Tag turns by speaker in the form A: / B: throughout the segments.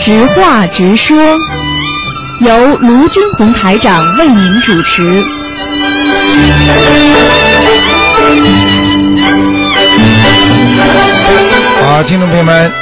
A: 直话直说，由卢军红台长为您主持。
B: 好，听众朋友们，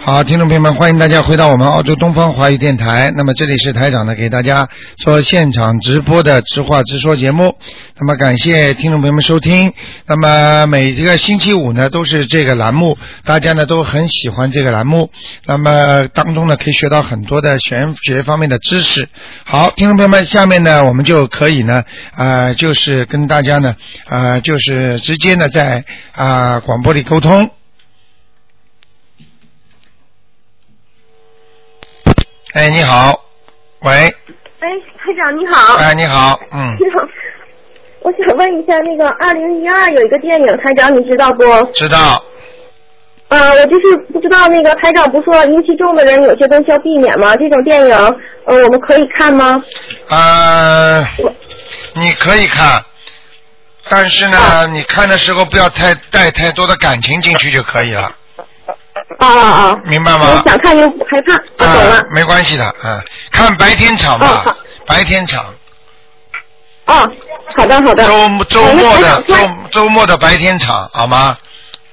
B: 好，听众朋友们，欢迎大家回到我们澳洲东方华语电台。那么这里是台长呢，给大家做现场直播的直话直说节目。那么感谢听众朋友们收听。那么每一个星期五呢，都是这个栏目，大家呢都很喜欢这个栏目。那么当中呢，可以学到很多的玄学方面的知识。好，听众朋友们，下面呢，我们就可以呢，啊，就是跟大家呢，啊，就是直接呢在啊、广播里沟通。哎，你好，喂，
C: 哎，台长你好。
B: 哎，你好，嗯
C: 你，好，我想问一下，那个二零一二有一个电影，台长你知道不？
B: 知道，
C: 呃，我就是不知道那个台长不说阴气重的人有些东西要避免吗？这种电影，呃，我们可以看吗？
B: 呃，你可以看，但是
C: 啊
B: 呢，你看的时候不要太带太多的感情进去就可以了，
C: 啊啊啊！
B: 明白
C: 我
B: 吗？
C: 想看又害怕，我
B: 啊、
C: 懂了。
B: 没关系的，啊，看白天场吧，
C: 嗯好
B: 白天场，
C: 啊，好的好的。
B: 周周末的
C: 嗯那台长
B: 周
C: 关
B: 周末的白天场，好吗？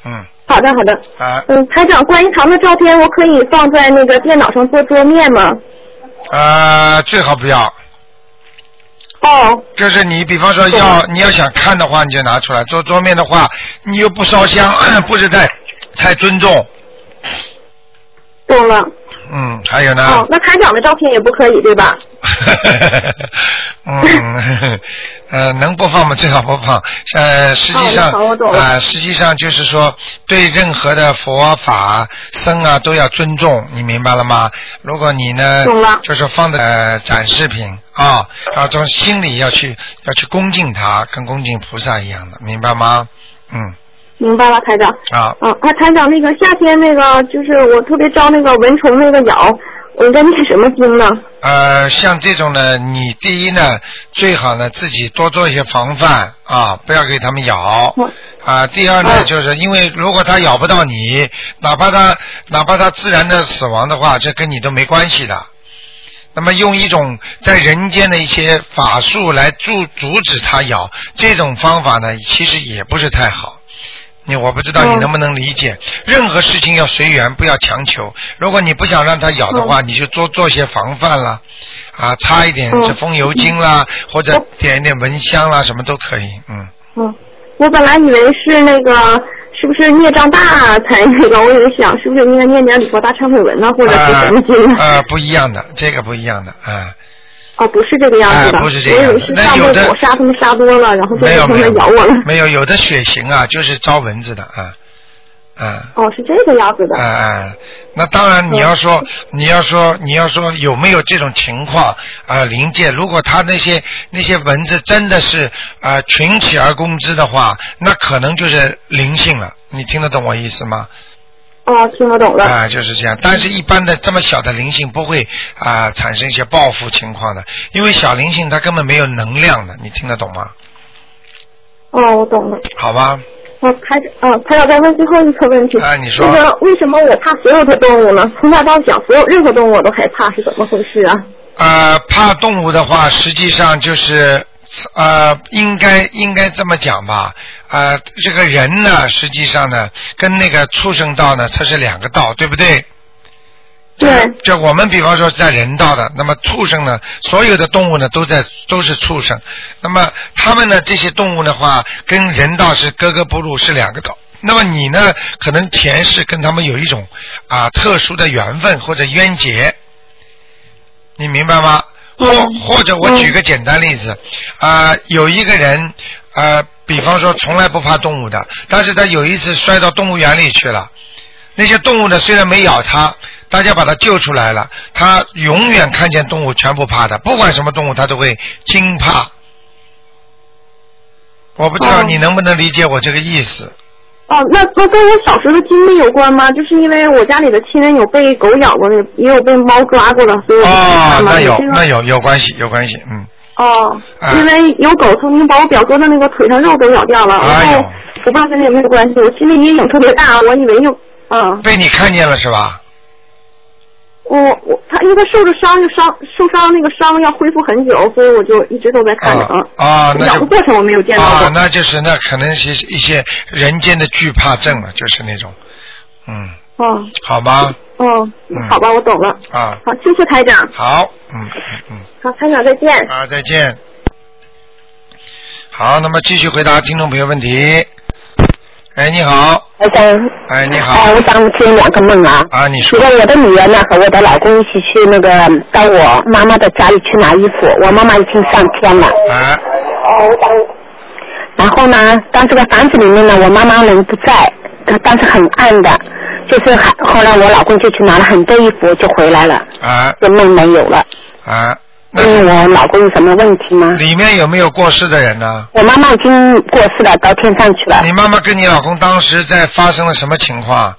B: 嗯，
C: 好的好的。
B: 啊
C: 嗯，台长，观音堂的照片我可以放在那个电脑上做桌面吗？
B: 呃，最好不要，
C: 哦，
B: 就是你比方说要你要想看的话，你就拿出来做桌面的话，你又不烧香， 不是太太尊重，
C: 懂了。
B: 嗯，还有呢，
C: 哦，那台长的照片也不可以对吧？
B: 嗯，呃，能不放吗？最好不放。呃，实际上，
C: 好我懂
B: 啊、
C: 了
B: 实际上就是说，对任何的佛法僧啊都要尊重，你明白了吗？如果你呢
C: 懂了，
B: 就是放的、呃、展示品啊，然后从心里要去要去恭敬他，跟恭敬菩萨一样的，明白吗？嗯，
C: 明白了，台长。
B: 啊，
C: 啊，哎，台长，那个夏天那个就是我特别招那个蚊虫那个咬，我应该念什么经呢？
B: 呃，像这种呢，你第一呢，最好呢自己多做一些防范啊，不要给他们咬。
C: 嗯
B: 啊，第二呢，
C: 嗯
B: 就是因为如果它咬不到你，哪怕它哪怕它自然的死亡的话，这跟你都没关系的。那么用一种在人间的一些法术来阻阻止它咬，这种方法呢，其实也不是太好。你我不知道你
C: 嗯
B: 能不能理解，任何事情要随缘，不要强求。如果你不想让它咬的话，你就多做些防范啦，啊，擦一点
C: 嗯
B: 这风油精啦，或者点一点蚊香啦，什么都可以。嗯，
C: 嗯，我本来以为是那个是不是孽障大才那个，我以为想是不是应该念点礼佛大忏悔文呢，或者是什么经呢？
B: 呃，不一样的，这个不一样的，啊，
C: 哦，不是这个样子的，
B: 哎不是这个样
C: 我
B: 子
C: 以为是
B: 那
C: 上
B: 有
C: 辈
B: 的
C: 子我杀他们杀多了，然后这
B: 没有
C: 次他
B: 没有
C: 们咬我了。
B: 没有有的血型啊，就是招蚊子的啊，啊。
C: 哦，是这个样子的。
B: 哎哎，那当然你要
C: 嗯
B: 说，你要说，你要说有没有这种情况啊、临界，如果他那些那些蚊子真的是啊、呃群起而攻之的话，那可能就是灵性了。你听得懂我意思吗？
C: 哦，听得懂了。
B: 啊、就是这样。但是，一般的这么小的灵性不会啊、产生一些报复情况的，因为小灵性它根本没有能量的。你听得懂吗？
C: 哦，我懂了。
B: 好吧，
C: 哦，台长，哦，台长再问最后一个问题。
B: 啊你说
C: 那个为什么我怕所有的动物呢？从大到小，所有任何动物我都害怕，是怎么回事啊？
B: 呃，怕动物的话，实际上就是呃，应该应该这么讲吧。呃，这个人呢，实际上呢，跟那个畜生道呢，它是两个道，对不对？
C: 对，
B: 就我们比方说是在人道的，那么畜生呢，所有的动物呢都在都是畜生，那么他们呢这些动物的话，跟人道是格格不入，是两个道。那么你呢，可能前世跟他们有一种啊特殊的缘分或者冤结，你明白吗？或
C: 嗯
B: 或者我举个简单例子，啊、有一个人，呃，比方说从来不怕动物的，但是他有一次摔到动物园里去了，那些动物呢虽然没咬他，大家把他救出来了，他永远看见动物全部怕的，不管什么动物他都会惊怕。我不知道
C: 哦
B: 你能不能理解我这个意思。
C: 哦，那那跟我小时候的经历有关吗？就是因为我家里的亲人有被狗咬过的，也有被猫抓过的，所以我就害
B: 哦
C: 怕，嘛。
B: 那有
C: 这个
B: 那有有关系有关系，嗯。
C: 哦
B: 啊，
C: 因为有狗曾经把我表哥的那个腿上肉给咬掉了，
B: 哎呦
C: 然后我爸跟那也没有关系，我心里阴影特别大，我以为又嗯，
B: 被你看见了是吧？
C: 我我他因为他受着伤，伤受伤那个伤要恢复很久，所以我就一直都在看着。
B: 啊啊，那
C: 嗯咬的
B: 就
C: 过程我没有见到过。
B: 啊，那就是那可能是一些人间的惧怕症了，就是那种，嗯，
C: 哦
B: 好吗？
C: 哦
B: 嗯，
C: 好吧，我懂了。
B: 啊，
C: 好，谢谢台长。
B: 好，嗯嗯嗯。
C: 好，台长再见。
B: 啊，再见。好，那么继续回答听众朋友问题。哎，你好，
D: 我想，
B: 哎，你好
D: 哎，，我想听两个梦啊。
B: 啊，你
D: 那
B: 说
D: 个我的女儿呢和我的老公一起去那个到我妈妈的家里去拿衣服，我妈妈已经上天了。
B: 啊，
D: 然后呢，当这个房子里面呢，我妈妈人不在，但是很暗的，就是很后来我老公就去拿了很多衣服就回来了，
B: 啊
D: 这梦没有了。
B: 啊，那
D: 问我老公有什么问题吗？
B: 里面有没有过世的人呢？
D: 我妈妈已经过世了，到天上去了。
B: 你妈妈跟你老公当时在发生了什么情况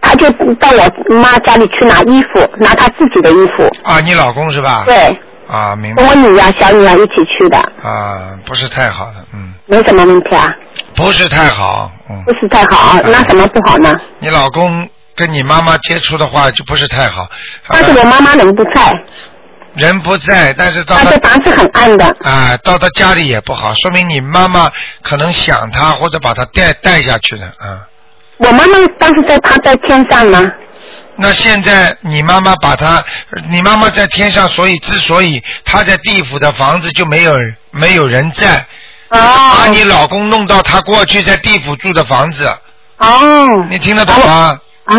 D: 她就到我妈家里去拿衣服，拿她自己的衣服。
B: 啊？你老公是吧？
D: 对，
B: 啊，明
D: 跟
B: 白
D: 我女儿、小女儿一起去的，
B: 啊，不是太好的，嗯，
D: 没什么问题啊，
B: 不是太好，嗯
D: 不，是太好啊。那什么不好呢？
B: 你老公跟你妈妈接触的话就不是太好，啊
D: 但是我妈妈人不在，
B: 人不在，但是到
D: 她
B: 他
D: 这房子很暗的。
B: 啊，到他家里也不好，说明你妈妈可能想他或者把他带带下去了啊。
D: 我妈妈当时在她在天上呢，
B: 那现在你妈妈把他，你妈妈在天上，所以之所以她在地府的房子就没有没有人在，把
D: 哦
B: 你老公弄到他过去在地府住的房子，
D: 哦
B: 你听得懂吗？
D: 哦，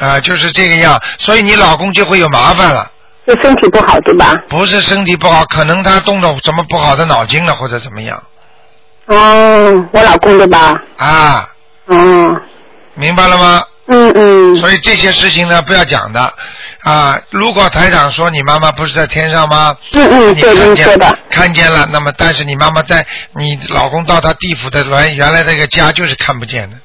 B: 啊，就是这个样，所以你老公就会有麻烦了，
D: 就身体不好对吧？
B: 不是身体不好，可能他动了什么不好的脑筋了或者怎么样
D: 哦，我老公对吧？
B: 啊，
D: 哦，
B: 明白了吗？
D: 嗯嗯，
B: 所以这些事情呢，不要讲的啊。如果台长说你妈妈不是在天上吗？
D: 嗯嗯，
B: 你
D: 对
B: 看
D: 您
B: 见
D: 说的，
B: 看见了，那么但是你妈妈在你老公到他地府的原原来那个家就是看不见的，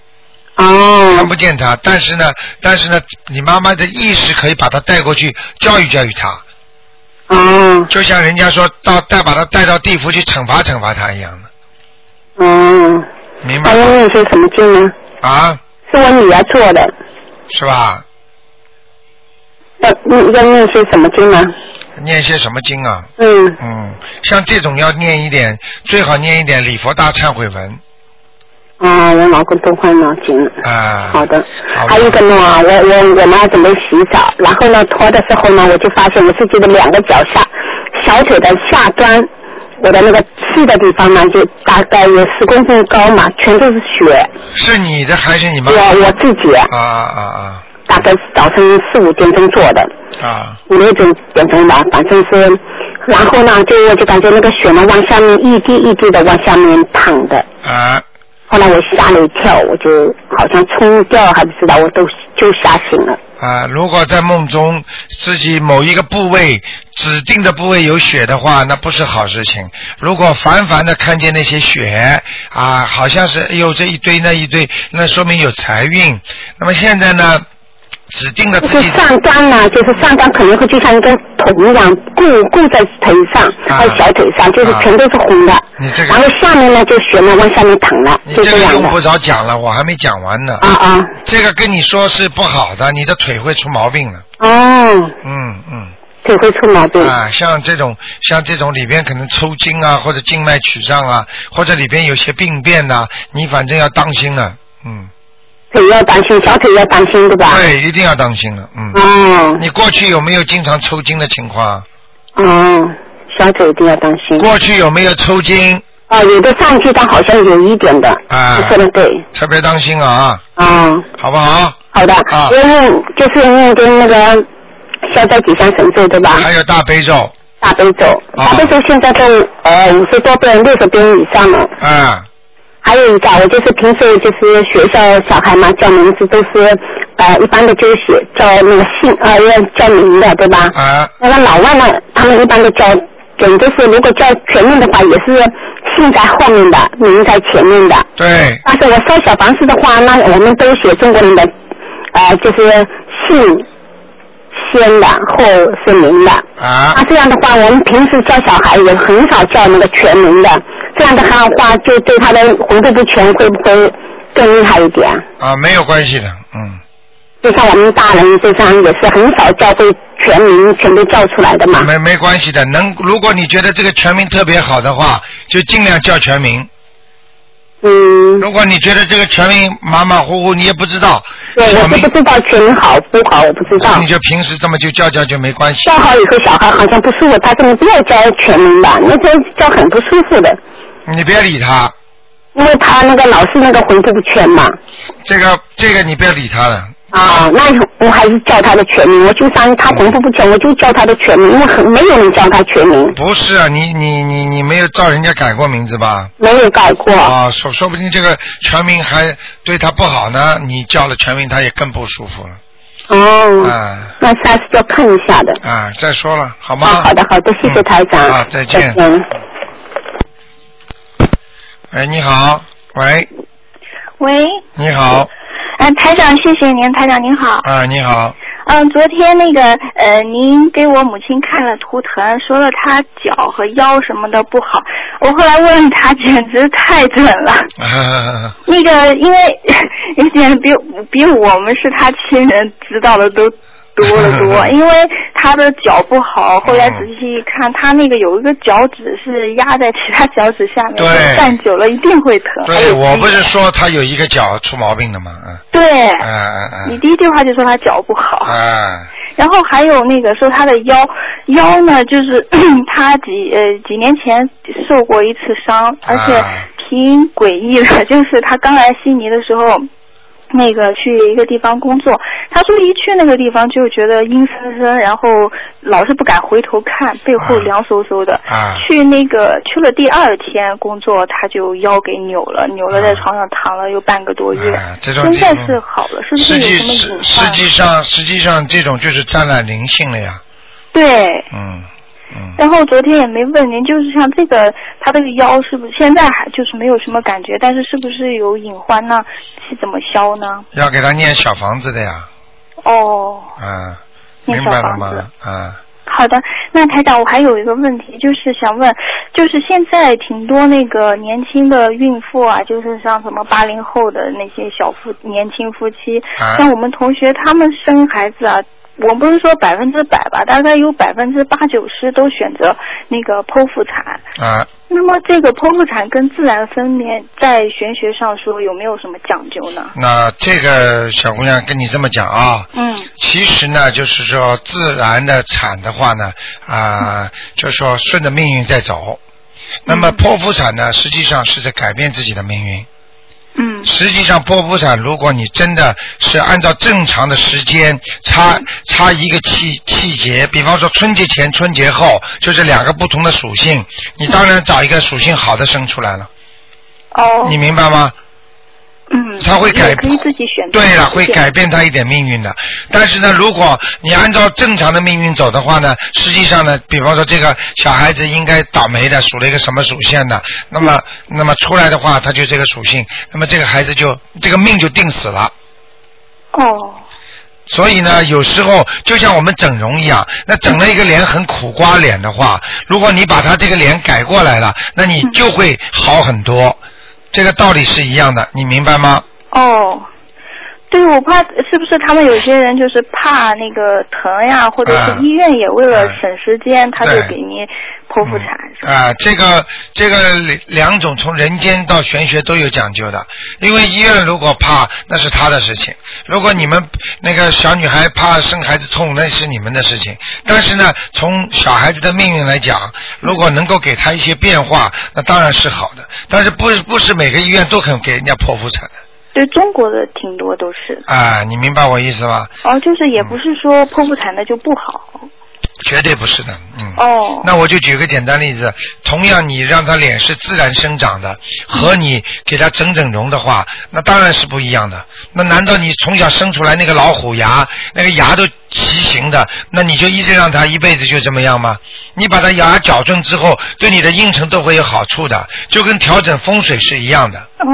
B: 看
D: 哦
B: 不见他。但是呢，但是呢，你妈妈的意识可以把他带过去教育教育他，
D: 哦
B: 就像人家说到带把他带到地府去惩罚惩罚他一样的，
D: 哦，
B: 明白
D: 她
B: 吗？
D: 念些什么经呢？
B: 啊，
D: 是我女儿做的，
B: 是吧？
D: 要嗯要念些什么经呢？
B: 念些什么经啊？
D: 嗯，
B: 嗯，像这种要念一点，最好念一点礼佛大忏悔文。
D: 啊，我老公都换脑筋了。
B: 啊，
D: 好的
B: 好，吧
D: 还有一个梦啊，我我我妈准备洗澡，然后呢脱的时候呢，我就发现我自己的两个脚下小腿的下端，我的那个刺的地方呢，就大概有十公分高嘛，全都是血。
B: 是你的还是你妈
D: 我？我自己
B: 啊啊
D: 大概早晨四五点钟做的，
B: 啊啊！
D: 五六点点钟吧，反正是，然后呢，就我就感觉那个血呢往下面一滴一滴的往下面淌的。
B: 啊，
D: 后来我吓了一跳，我就好像冲掉还不知道，我都就吓醒了。
B: 啊，如果在梦中自己某一个部位指定的部位有血的话，那不是好事情。如果烦烦的看见那些血啊，好像是哎呦这一堆那一堆，那说明有财运。那么现在呢，指定的
D: 就
B: 自
D: 是
B: 己
D: 上端呢，就是上端肯定会就像一根铜一样固固在腿上，
B: 啊
D: 还有小腿上，就是全都是红的。
B: 你这个
D: 然后下面呢，就血呢往下面淌了，
B: 你
D: 就
B: 这个
D: 样
B: 用
D: 的
B: 不。着讲了，我还没讲完呢。
D: 啊啊，
B: 这个跟你说是不好的，你的腿会出毛病的。
D: 哦，
B: 嗯嗯。
D: 腿会出毛病。
B: 啊，像这种像这种里边可能抽筋啊，或者静脉曲张啊，或者里边有些病变呐、你反正要当心了，嗯，
D: 腿要当心，小腿要当心，对吧？
B: 对，一定要当心了，嗯。
D: 哦
B: 你过去有没有经常抽筋的情况？
D: 哦，小腿一定要当心。
B: 过去有没有抽筋？
D: 哦，有的上去，但好像有一点的。
B: 啊
D: 你说的对。
B: 特别当心啊，
D: 哦。
B: 好不好？
D: 好的，
B: 啊
D: 因为就是念跟那个消灾吉祥神咒对吧？
B: 还有大悲咒
D: 大悲咒，
B: 啊
D: 大悲咒现在都呃五十多遍、六十遍以上了。
B: 啊，
D: 还有一个，我就是平时就是学校小孩嘛，叫名字都是呃一般的就是写叫那个姓呃要叫名的对吧？
B: 啊
D: 那个老外呢，他们一般都叫，总就是如果叫全名的话，也是姓在后面的，名在前面的。
B: 对
D: 但是我烧小房子的话，那我们都写中国人的，呃，就是姓先的，后是名的。
B: 啊
D: 那这样的话，我们平时教小孩也很少叫那个全名的，这样的话就对他的糊涂不全会不会更厉害一点？
B: 啊，没有关系的，嗯，
E: 啊就像我们大人这样，也是很少教会全民全都叫出来的嘛。
B: 没没关系的，能如果你觉得这个全名特别好的话，就尽量叫全名。
E: 嗯，
B: 如果你觉得这个全名马马虎虎，你也不知道，
E: 对，我
B: 小
E: 就
B: 名
E: 不知道全民好不好，我不知道
B: 你。就平时这么就叫叫就没关系
E: 教。好以后，小孩好像不舒服，他这么不要教全民吧，那这样教很不舒服的，
B: 你别理他，
E: 因为他那个老是那个魂不全嘛。
B: 这个这个你不要理他了。
E: 啊，那我还是叫他的全名，我就当他魂不不全，我就叫他的全名，因为很没有人叫他全名，
B: 不是啊，你你你你没有照人家改过名字吧？
E: 没有改过。
B: 啊，说说不定这个全名还对他不好呢，你叫了全名他也更不舒服了。
E: 哦，
B: 啊
E: 那下次要看一下的。
B: 啊，再说了，好
E: 啊
B: 吗？
E: 好的好的，谢谢台长。
B: 嗯啊再见哎，你好，喂，
F: 喂，
B: 你好，
F: 呃，台长，谢谢您，台长您好。
B: 啊，你 好，
F: 嗯，昨天那个呃，您给我母亲看了图腾，说了她脚和腰什么的不好。我后来问她， 简直太准了。
B: 啊、
F: 那个，因为 你简直比比我们是她亲人知道的都多 得多，因为她的脚不好。后来
B: 嗯
F: 仔细一看，她那个有一个脚趾是压在其他脚趾下面
B: 对
F: 的，站久了一定会疼。哎
B: 对
F: 呦
B: 我不是说他有一个脚出毛病的吗？嗯
F: 对。
B: 嗯嗯
F: 你
B: 嗯
F: 第一句话就说她脚不好，
B: 啊，
F: 然后还有那个说她的腰，腰呢就是 她几呃几年前受过一次伤，
B: 啊
F: 而且挺诡异的， 就是她刚来悉尼的时候。那个去一个地方工作，她说一去那个地方就觉得阴森森，然后老是不敢回头看，背后
B: 啊
F: 凉飕飕的。
B: 啊
F: 去那个去了第二天工作，她就腰给扭了，扭了在
B: 啊
F: 床上躺了有半个多月。
B: 啊，这种
F: 现在
B: 情
F: 是好了，是不
B: 实
F: 是有
B: 际
F: 什
B: 实
F: 么隐
B: 实
F: 患？
B: 际上实际上这种就是沾染灵性了呀，
F: 对，
B: 嗯嗯，
F: 然后昨天也没问您，就是像这个他这个腰是不是现在还就是没有什么感觉，但是是不是有隐患呢？是怎么消呢？
B: 要给他念小房子的呀，
F: 哦，
B: 啊，
F: 念
B: 明
F: 小
B: 白了
F: 房
B: 吗
F: 子？
B: 啊，
F: 好的，那台长，我还有一个问题，就是想问，就是现在挺多那个年轻的孕妇啊，就是像什么八零后的那些小夫年轻夫妻，
B: 啊
F: 像我们同学他们生孩子啊，我不是说百分之百吧，大概有百分之八九十都选择那个剖腹产。
B: 啊，
F: 那么这个剖腹产跟自然分娩在玄学上说有没有什么讲究呢？
B: 那这个小姑娘跟你这么讲啊，
F: 嗯，
B: 其实呢，就是说自然的产的话呢，
F: 嗯
B: 啊、就是说顺着命运在走。那么剖腹产呢，实际上是在改变自己的命运。
F: 嗯
B: 实际上剖腹产，如果你真的是按照正常的时间差
F: 嗯
B: 差一个季季节，比方说春节前、春节后，就是两个不同的属性，你当然找一个属性好的生出来了，
F: 哦，
B: 你明白吗？
F: 嗯，
B: 它会改
F: 也可以自己选择。
B: 对了，会改。变他一点命运的。但是呢，如果你按照正常的命运走的话呢，实际上呢，比方说这个小孩子应该倒霉的，属了一个什么属性的，那么
F: 嗯
B: 那么出来的话，他就这个属性，那么这个孩子就这个命就定死了。
F: 哦，
B: 所以呢，有时候就像我们整容一样，那整了一个脸很苦瓜脸的话，如果你把他这个脸改过来了，那你就会好很多。这个道理是一样的，你明白吗？
F: 哦，对，我怕是不是他们有些人就是怕那个疼呀，或者
B: 啊
F: 是医院也为了
B: 啊
F: 省时间，他就
B: 对
F: 给你剖腹产。是吧
B: 啊、这个这个两两种从人间到玄学都有讲究的，因为医院如果怕那是他的事情，如果你们那个小女孩怕生孩子痛那是你们的事情，但是呢，从小孩子的命运来讲，如果能够给他一些变化，那当然是好的，但是不不是每个医院都肯给人家剖腹产的
F: 对中国的挺多都是，
B: 啊、你明白我意思吗？
F: 哦，就是也
B: 嗯
F: 不是说剖腹产的就不好。
B: 绝对不是的，嗯。
F: 哦，
B: 那我就举个简单例子，同样你让他脸是自然生长的，和你给他整整容的话，那当然是不一样的。那难道你从小生出来那个老虎牙，那个牙都畸形的，那你就一直让他一辈子就这么样吗？你把他牙矫正之后，对你的应承都会有好处的，就跟调整风水是一样的，
F: 哦，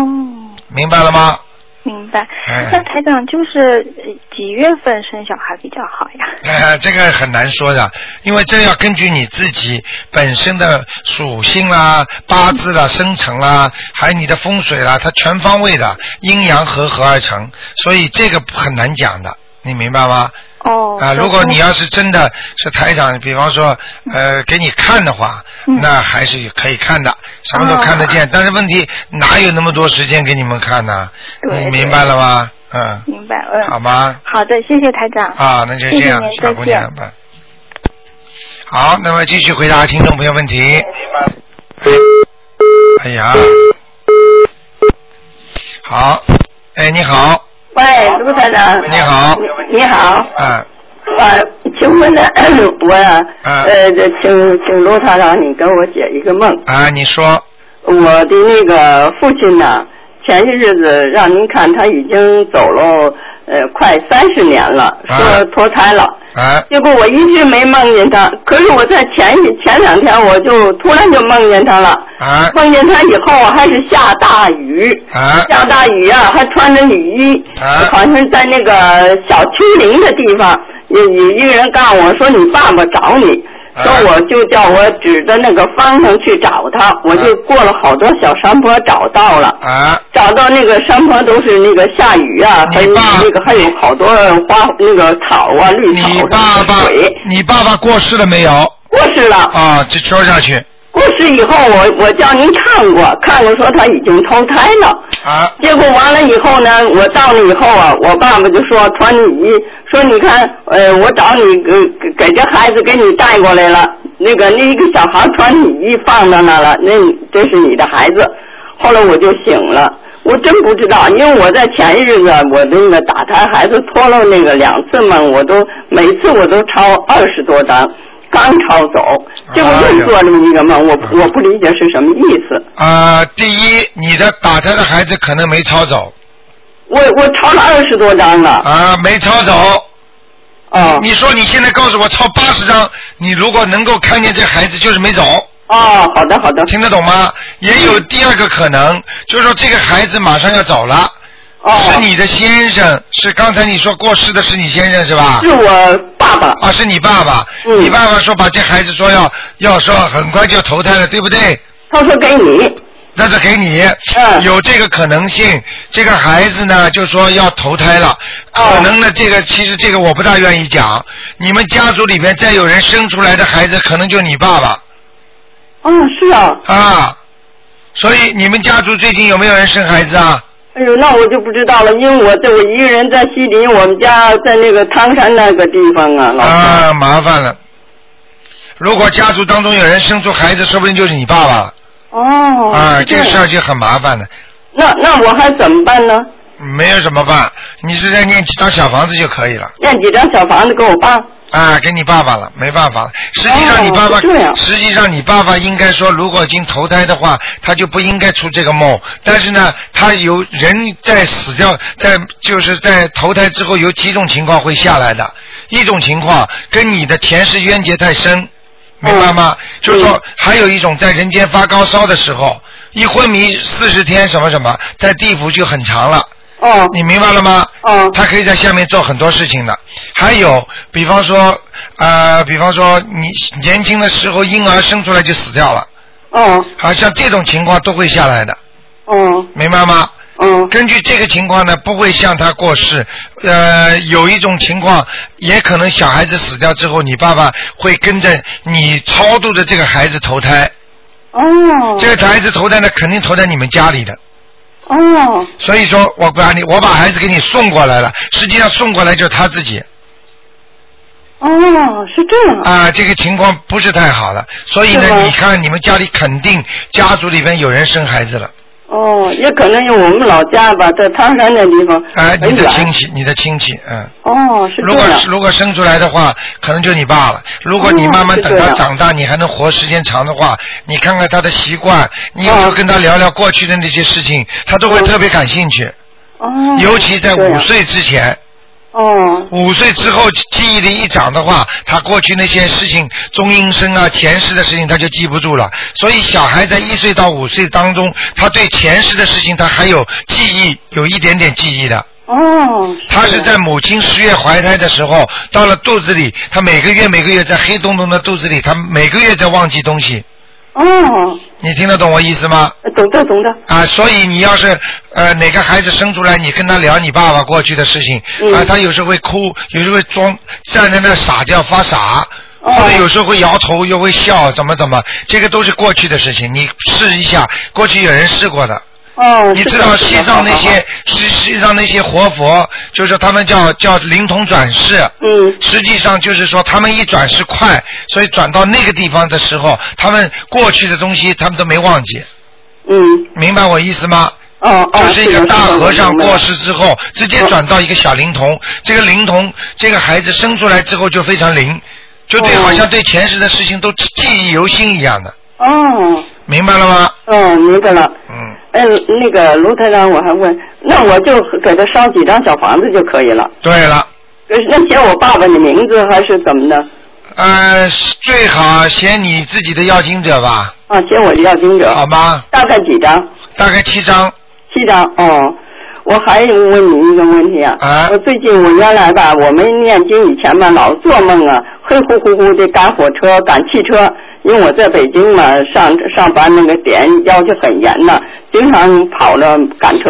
B: 明白了吗？
F: 明白。
B: 哎
F: 那台长就是呃几月份生小孩比较好呀？
B: 呃， 这个很难说的，因为这要根据你自己本身的属性啦、八字啦、生辰啦，还有你的风水啦，它全方位的阴阳合合而成，所以这个很难讲的。你明白吗？
F: 哦。
B: 啊，如果你要是真的是台长，比方说呃给你看的话，
F: 嗯
B: 那还是可以看的，什么都
F: 哦
B: 看得见。但是问题哪有那么多时间给你们看呢？
F: 对
B: 你明白了吗？嗯，
F: 明白，嗯。
B: 好吗？
F: 好的，谢谢台长。
B: 啊，那就
F: 谢
B: 这
F: 谢
B: 样，
F: 您
B: 小
F: 再
B: 姑
F: 见
B: 娘吧。好，那么继续回答听众朋友问题。哎呀，好，哎，你好，
D: 喂，卢台长。
B: 你好
D: 你。你好，
B: 啊，
D: 啊，请问呢， 我啊，
B: 啊
D: 呃，这请请卢台长你给我解一个梦。
B: 啊，你说，
D: 我的那个父亲呢，前些日子让您看他已经走了，呃，快三十年了，
B: 啊
D: 说脱胎了。
B: 啊，
D: 结果我一直没梦见他，可是我在前一前两天我就突然就梦见他了。
B: 啊，
D: 梦见他以后还是下大雨，
B: 啊，
D: 下大雨啊，还穿着雨衣，
B: 啊
D: 好像在那个小区林的地方，有有一个人告诉我说你爸爸找你，
B: 啊
D: 说我就叫我指着那个方向去找他，我就过了好多小山坡找到了。
B: 啊，
D: 找到那个山坡都是那个下雨啊，
B: 你
D: 还有
B: 爸
D: 那个还有好多呃花那个草啊，绿草
B: 你爸爸
D: 水。，
B: 你爸爸过世了没有？
D: 过世了，
B: 啊，这说下去，
D: 过世以后我我叫您看过，看过说他已经投胎了。
B: 啊，
D: 结果完了以后呢，我到了以后啊，我爸爸就说传你说你看，呃，我找你给给给这孩子给你带过来了，那个那一个小孩穿你衣放到那了，那你这是你的孩子。后来我就醒了，我真不知道，因为我在前一日子啊我那个打胎孩子脱了那个两次梦，我都每次我都超二十多张，刚超走，结果
B: 哎呀
D: 又做这么一个梦，我
B: 嗯
D: 我不理解是什么意思。
B: 啊，第一，你的打胎的孩子可能没抄走，
D: 我我超了二十多张了，
B: 啊，没抄走，
D: 哦。
B: 你说你现在告诉我抄八十张，你如果能够看见这孩子，就是没走，
D: 哦，好的好的，
B: 听得懂吗？也有第二个可能，就是说这个孩子马上要走了，
D: 哦，
B: 是你的先生，是刚才你说过世的是你先生是吧
D: 是？我爸爸，
B: 啊，是你爸爸，
D: 嗯
B: 你爸爸说把这孩子说要要说很快就要投胎了，对不对？
D: 他说给你，
B: 那是给你，
D: 嗯
B: 有这个可能性。这个孩子呢，就说要投胎了，
D: 哦
B: 可能呢，这个其实这个我不大愿意讲。你们家族里边再有人生出来的孩子，可能就你爸爸
D: 哦，是啊，
B: 啊。所以你们家族最近有没有人生孩子啊？
D: 哎呦，那我就不知道了，因为我这我一个人在西林，我们家在那个汤山那个地方啊，老师，
B: 啊，麻烦了。如果家族当中有人生出孩子，说不定就是你爸爸了
D: 哦，
B: 啊，
D: 是
B: 这
D: 样
B: 个事儿就很麻烦了。
D: 那那我还怎么办呢？
B: 没有什么办，你是在念几张小房子就可以了。
D: 念几张小房子给我爸？
B: 啊，给你爸爸了，没办法了。实际上你爸爸，
D: 哦这样
B: 实际上你爸爸应该说，如果已经投胎的话，他就不应该出这个梦。但是呢，他有人在死掉，在就是在投胎之后，有几种情况会下来的。一种情况跟你的前世冤结太深，明白吗？就是说，还有一种在人间发高烧的时候，一昏迷四十天什么什么，在地府就很长了。
D: 哦
B: 你明白了吗？
D: 哦
B: 他可以在下面做很多事情的。还有，比方说，呃，比方说你年轻的时候婴儿生出来就死掉了，
D: 哦
B: 好像这种情况都会下来的，
D: 哦
B: 明白吗？
D: 哦
B: 根据这个情况呢，不会像他过世。呃，有一种情况，也可能小孩子死掉之后，你爸爸会跟着你超度的这个孩子投胎。
D: 哦
B: 这个孩子投胎呢，肯定投在你们家里的。
D: 哦
B: 所以说，我把你，我把孩子给你送过来了，实际上送过来就是他自己。
D: 哦，是这样，
B: 啊，这个情况不是太好了，所以
D: 是吗
B: 呢，你看你们家里肯定家族里边有人生孩子了，
D: 哦，也可能有我们老家吧，在汤山那地方，
B: 啊，你
D: 很
B: 的
D: 远
B: 亲戚，你的亲戚，嗯，
D: 哦，是
B: 如
D: 这
B: 果
D: 样，
B: 如果生出来的话，可能就你爸了。如果你
D: 哦
B: 慢慢
D: 是
B: 等
D: 这
B: 他
D: 样
B: 长大，你还能活时间长的话，你看看他的习惯，你有时候
D: 哦
B: 跟他聊聊过去的那些事情，他都会
D: 嗯
B: 特别感兴趣，
D: 哦，
B: 尤其在
D: 这
B: 五
D: 样，
B: 岁之前。
D: 哦
B: 五岁之后记忆力一长的话，他过去那些事情、中阴身啊、前世的事情他就记不住了。所以小孩在一岁到五岁当中，他对前世的事情他还有记忆，有一点点记忆的。
D: 哦，
B: 他
D: 这
B: 是
D: 样
B: 在母亲十月怀胎的时候，到了肚子里，他每个月每个月在黑洞洞的肚子里，他每个月在忘记东西。
D: 哦，
B: 你听得懂我意思吗？
D: 懂的懂的。
B: 啊，所以你要是呃哪个孩子生出来，你跟他聊你爸爸过去的事情，
D: 嗯
B: 啊，他有时候会哭，有时候会装站在那儿傻掉发傻。
D: 哦
B: 或者有时候会摇头，又会笑，怎么怎么，这个都是过去的事情。你试一下，过去有人试过的。
D: 哦，
B: 你
D: 是
B: 知
D: 这
B: 道
D: 样子的
B: 西藏那。
D: 好好好
B: 些西西藏那些活佛，就是他们叫叫灵童转世。
D: 嗯，
B: 实际上就是说，他们一转世快，所以转到那个地方的时候，他们过去的东西他们都没忘记，
D: 嗯，
B: 明白我意思吗？
D: 哦哦，
B: 就是一个
D: 的
B: 大
D: 的
B: 和尚
D: 明白
B: 过世之后，哦直接转到一个小灵童。这个灵童，这个孩子生出来之后就非常灵，就对
D: 哦
B: 好像对前世的事情都记忆犹新一样的，
D: 哦
B: 明白了吗？
D: 哦，明白了。
B: 嗯，
D: 嗯，那个卢台长，我还问，那我就给他烧几张小房子就可以了。
B: 对了。
D: 可是那写我爸爸的名字还是怎么的？
B: 呃，最好写你自己的要经者吧，
D: 啊，写我的要经者，
B: 好吗？
D: 大概几张？
B: 大概七张，
D: 七张哦。我还问你一个问题啊，
B: 啊
D: 我最近我原来吧，我们念经以前吧，老做梦啊，黑乎乎乎的赶火车、赶汽车，因为我在北京嘛，上上班那个点要求很严呐，经常跑着赶车。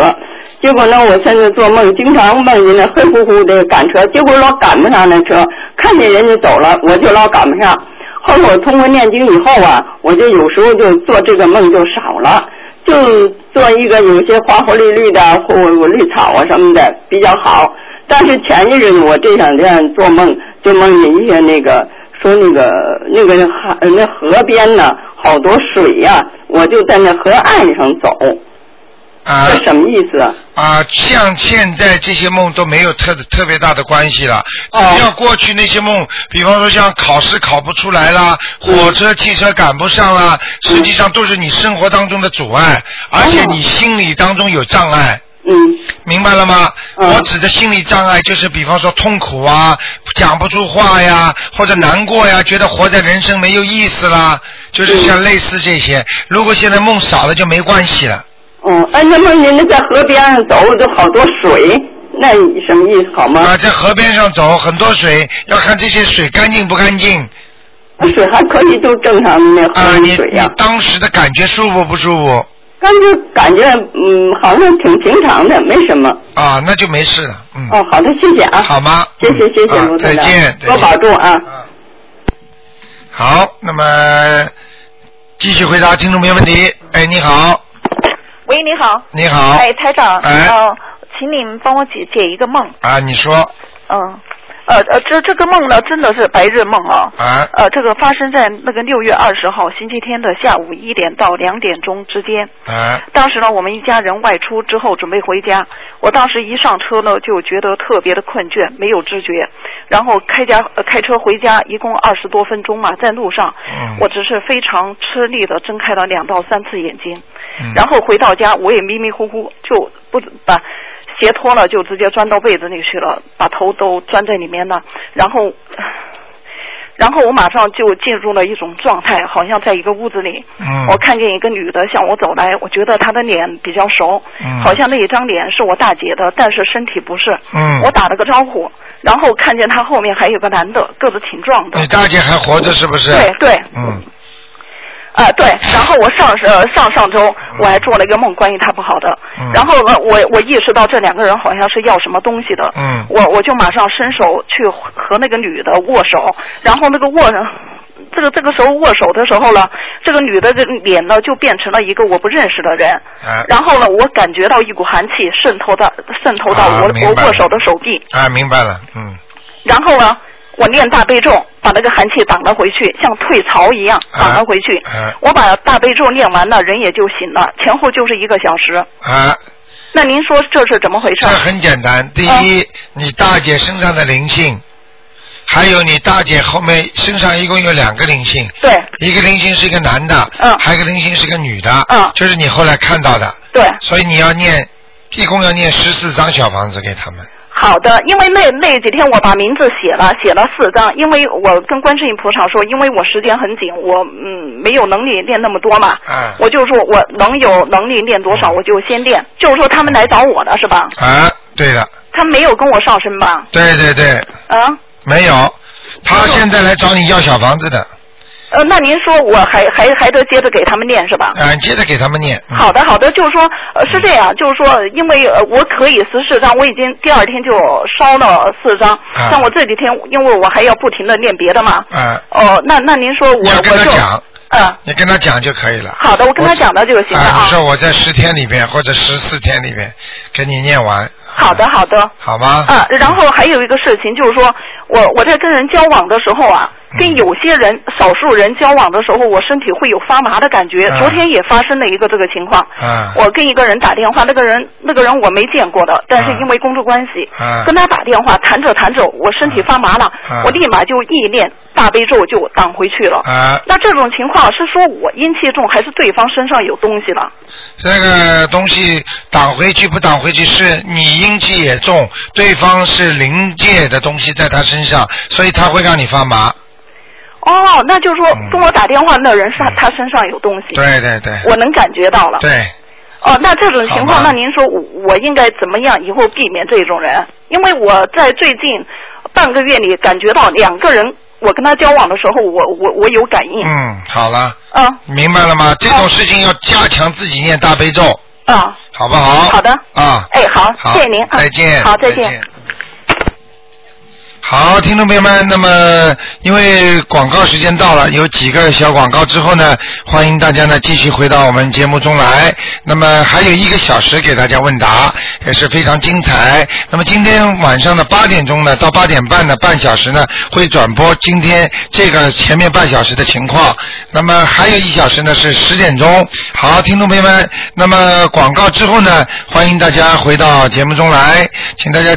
D: 结果呢，我现在做梦，经常梦见那黑乎乎的赶车，结果老赶不上那车，看见人家走了，我就老赶不上。后来我通过念经以后啊，我就有时候就做这个梦就少了，就做一个有些花花绿绿的或或绿草啊什么的比较好。但是前一阵子我这两天做梦，就梦见一些那个说那个那个海那河边呢好多水呀、我就在那河岸上走，
B: 啊、
D: 这什么意思啊？
B: 啊，像现在这些梦都没有特特别大的关系了。只
D: 哦
B: 要过去那些梦，比方说像考试考不出来啦，
D: 嗯
B: 火车、汽车赶不上啦，实际上都是你生活当中的阻碍，而
D: 哦
B: 且你心理当中有障碍。
D: 嗯
B: 明白了吗？
D: 嗯
B: 我指的心理障碍就是，比方说痛苦啊，讲不出话呀，或者难过呀，觉得活在人生没有意思啦，就是
D: 嗯
B: 像类似这些。如果现在梦少了就没关系了，
D: 哦，哎，那梦见那在河边上走，就好多水，那什么意思好吗？
B: 啊，在河边上走很多水，要看这些水干净不干净
D: 水啊还可以，就正常的那
B: 啊，
D: 河
B: 你
D: 里嗯水
B: 你
D: 呀、
B: 当时的感觉舒服不舒服
D: 但是感觉嗯，好像挺平常的，没什么。
B: 啊？那就没事了，嗯，
D: 哦，好的，谢谢啊。
B: 好吗？
D: 谢谢谢谢
B: 啊
D: 卢
B: 再
D: 台长
B: 见，再
D: 多
B: 见
D: 保重啊。
B: 啊好，那么继续回答听众朋友问题。哎，你好，
G: 喂，你好。
B: 你好，
G: 哎，台长，
B: 哎
G: 呃，请你们帮我解解一个梦。
B: 啊，你说
G: 嗯，呃呃，这这个梦呢，真的是白日梦啊。
B: 啊
G: 呃，这个发生在那个六月二十号星期天的下午一点到两点钟之间。
B: 啊
G: 当时呢，我们一家人外出之后准备回家，我当时一上车呢就觉得特别的困倦，没有知觉。然后开家、呃开车回家，一共二十多分钟嘛，在路上，
B: 嗯
G: 我只是非常吃力的睁开了两到三次眼睛。
B: 嗯
G: 然后回到家，我也迷迷糊糊，就不把鞋脱了，就直接钻到被子里去了，把头都钻在里面了。然后，然后我马上就进入了一种状态，好像在一个屋子里，
B: 嗯
G: 我看见一个女的向我走来，我觉得她的脸比较熟，
B: 嗯
G: 好像那一张脸是我大姐的，但是身体不是。
B: 嗯
G: 我打了个招呼，然后看见她后面还有个男的，个子挺壮的
B: 你。大姐还活着是不是？
G: 对对，
B: 嗯
G: 啊、对，然后我上呃上上周我还做了一个梦，关于他不好的，
B: 嗯
G: 然后呢我我意识到这两个人好像是要什么东西的，
B: 嗯
G: 我我就马上伸手去和那个女的握手，然后那个握这个这个时候握手的时候呢，这个女的这脸呢就变成了一个我不认识的人，
B: 啊
G: 然后呢我感觉到一股寒气渗透到渗透到
B: 啊
G: 我、
B: 明
G: 我
B: 白了
G: 握手的手臂，
B: 啊，明白了，嗯
G: 然后呢，我念大悲咒，把那个寒气挡了回去，像退潮一样挡了回去。
B: 啊
G: 我把大悲咒念完了，人也就醒了，前后就是一个小时。
B: 啊，
G: 那您说这是啊怎么回事
B: 这？很简单。第一，你大姐身上的灵性，还有你大姐后面身上一共有两个灵性，
G: 对
B: 一个灵性是一个男的，
G: 嗯
B: 还有一个灵性是一个女的，
G: 嗯
B: 就是你后来看到的，
G: 对，
B: 所以你要念，一共要念十四张小房子给他们。
G: 好的，因为那那几天我把名字写了，写了四张，因为我跟观世音菩萨说，因为我时间很紧，我嗯没有能力练那么多嘛，
B: 嗯
G: 我就说我能有能力练多少我就先练，就是说他们来找我的是吧？
B: 啊，对了，
G: 他没有跟我上身吧？
B: 对对对，
G: 啊，
B: 没有，他现在来找你要小房子的，
G: 呃，那您说我还还还得接着给他们念是吧？
B: 啊，接着给他们念。嗯
G: 好的，好的，就是说，呃，是这样，就是说，因为呃，我可以十四张，我已经第二天就烧了四张，
B: 啊
G: 像我这几天，因为我还要不停的念别的嘛。
B: 啊，
G: 哦，那那您说我
B: 你要
G: 我
B: 跟他
G: 就
B: 讲，
G: 嗯，
B: 你跟他讲就可以了。
G: 好的，我跟他讲的就行了
B: 啊，
G: 啊
B: 你。说我在十天里边或者十四天里边给你念完。
G: 好的，好的。
B: 好吗？
G: 啊，然后还有一个事情就是说，我我在跟人交往的时候啊，
B: 嗯
G: 跟有些人少数人交往的时候，我身体会有发麻的感觉。
B: 啊
G: 昨天也发生了一个这个情况，
B: 啊
G: 我跟一个人打电话，那个人那个人我没见过的，但是
B: 啊
G: 因为工作关系，
B: 啊
G: 跟他打电话谈着谈着，我身体发麻了，
B: 啊
G: 我立马就意念大悲咒就挡回去了。
B: 啊，
G: 那这种情况是说我阴气重，还是对方身上有东西了？
B: 这个东西挡回去不挡回去，是你阴气也重，对方是灵界的东西在他身上，所以他会让你发麻。
G: 哦，那就是说
B: 嗯
G: 跟我打电话那人是他
B: 嗯
G: 他身上有东西，
B: 对对对，
G: 我能感觉到了。
B: 对，
G: 哦，那这种情
B: 好
G: 况，
B: 吧
G: 那您说我我应该怎么样以后避免这种人？因为我在最近半个月里感觉到两个人，我跟他交往的时候，我我我有感应。
B: 嗯，好了，
G: 嗯
B: 明白了吗？这种事情要加强自己念大悲咒，
G: 嗯，
B: 好不好？
G: 好的
B: 啊，
G: 哎，好，
B: 好，
G: 谢谢您啊，
B: 再见，
G: 好，再
B: 再见。好，听众朋友们，那么因为广告时间到了，有几个小广告之后呢，欢迎大家呢继续回到我们节目中来。那么还有一个小时给大家问答，也是非常精彩。那么今天晚上的八点钟呢到八点半呢半小时呢会转播今天这个前面半小时的情况。那么还有一小时呢是十点钟。好，听众朋友们，那么广告之后呢，欢迎大家回到节目中来，请大家。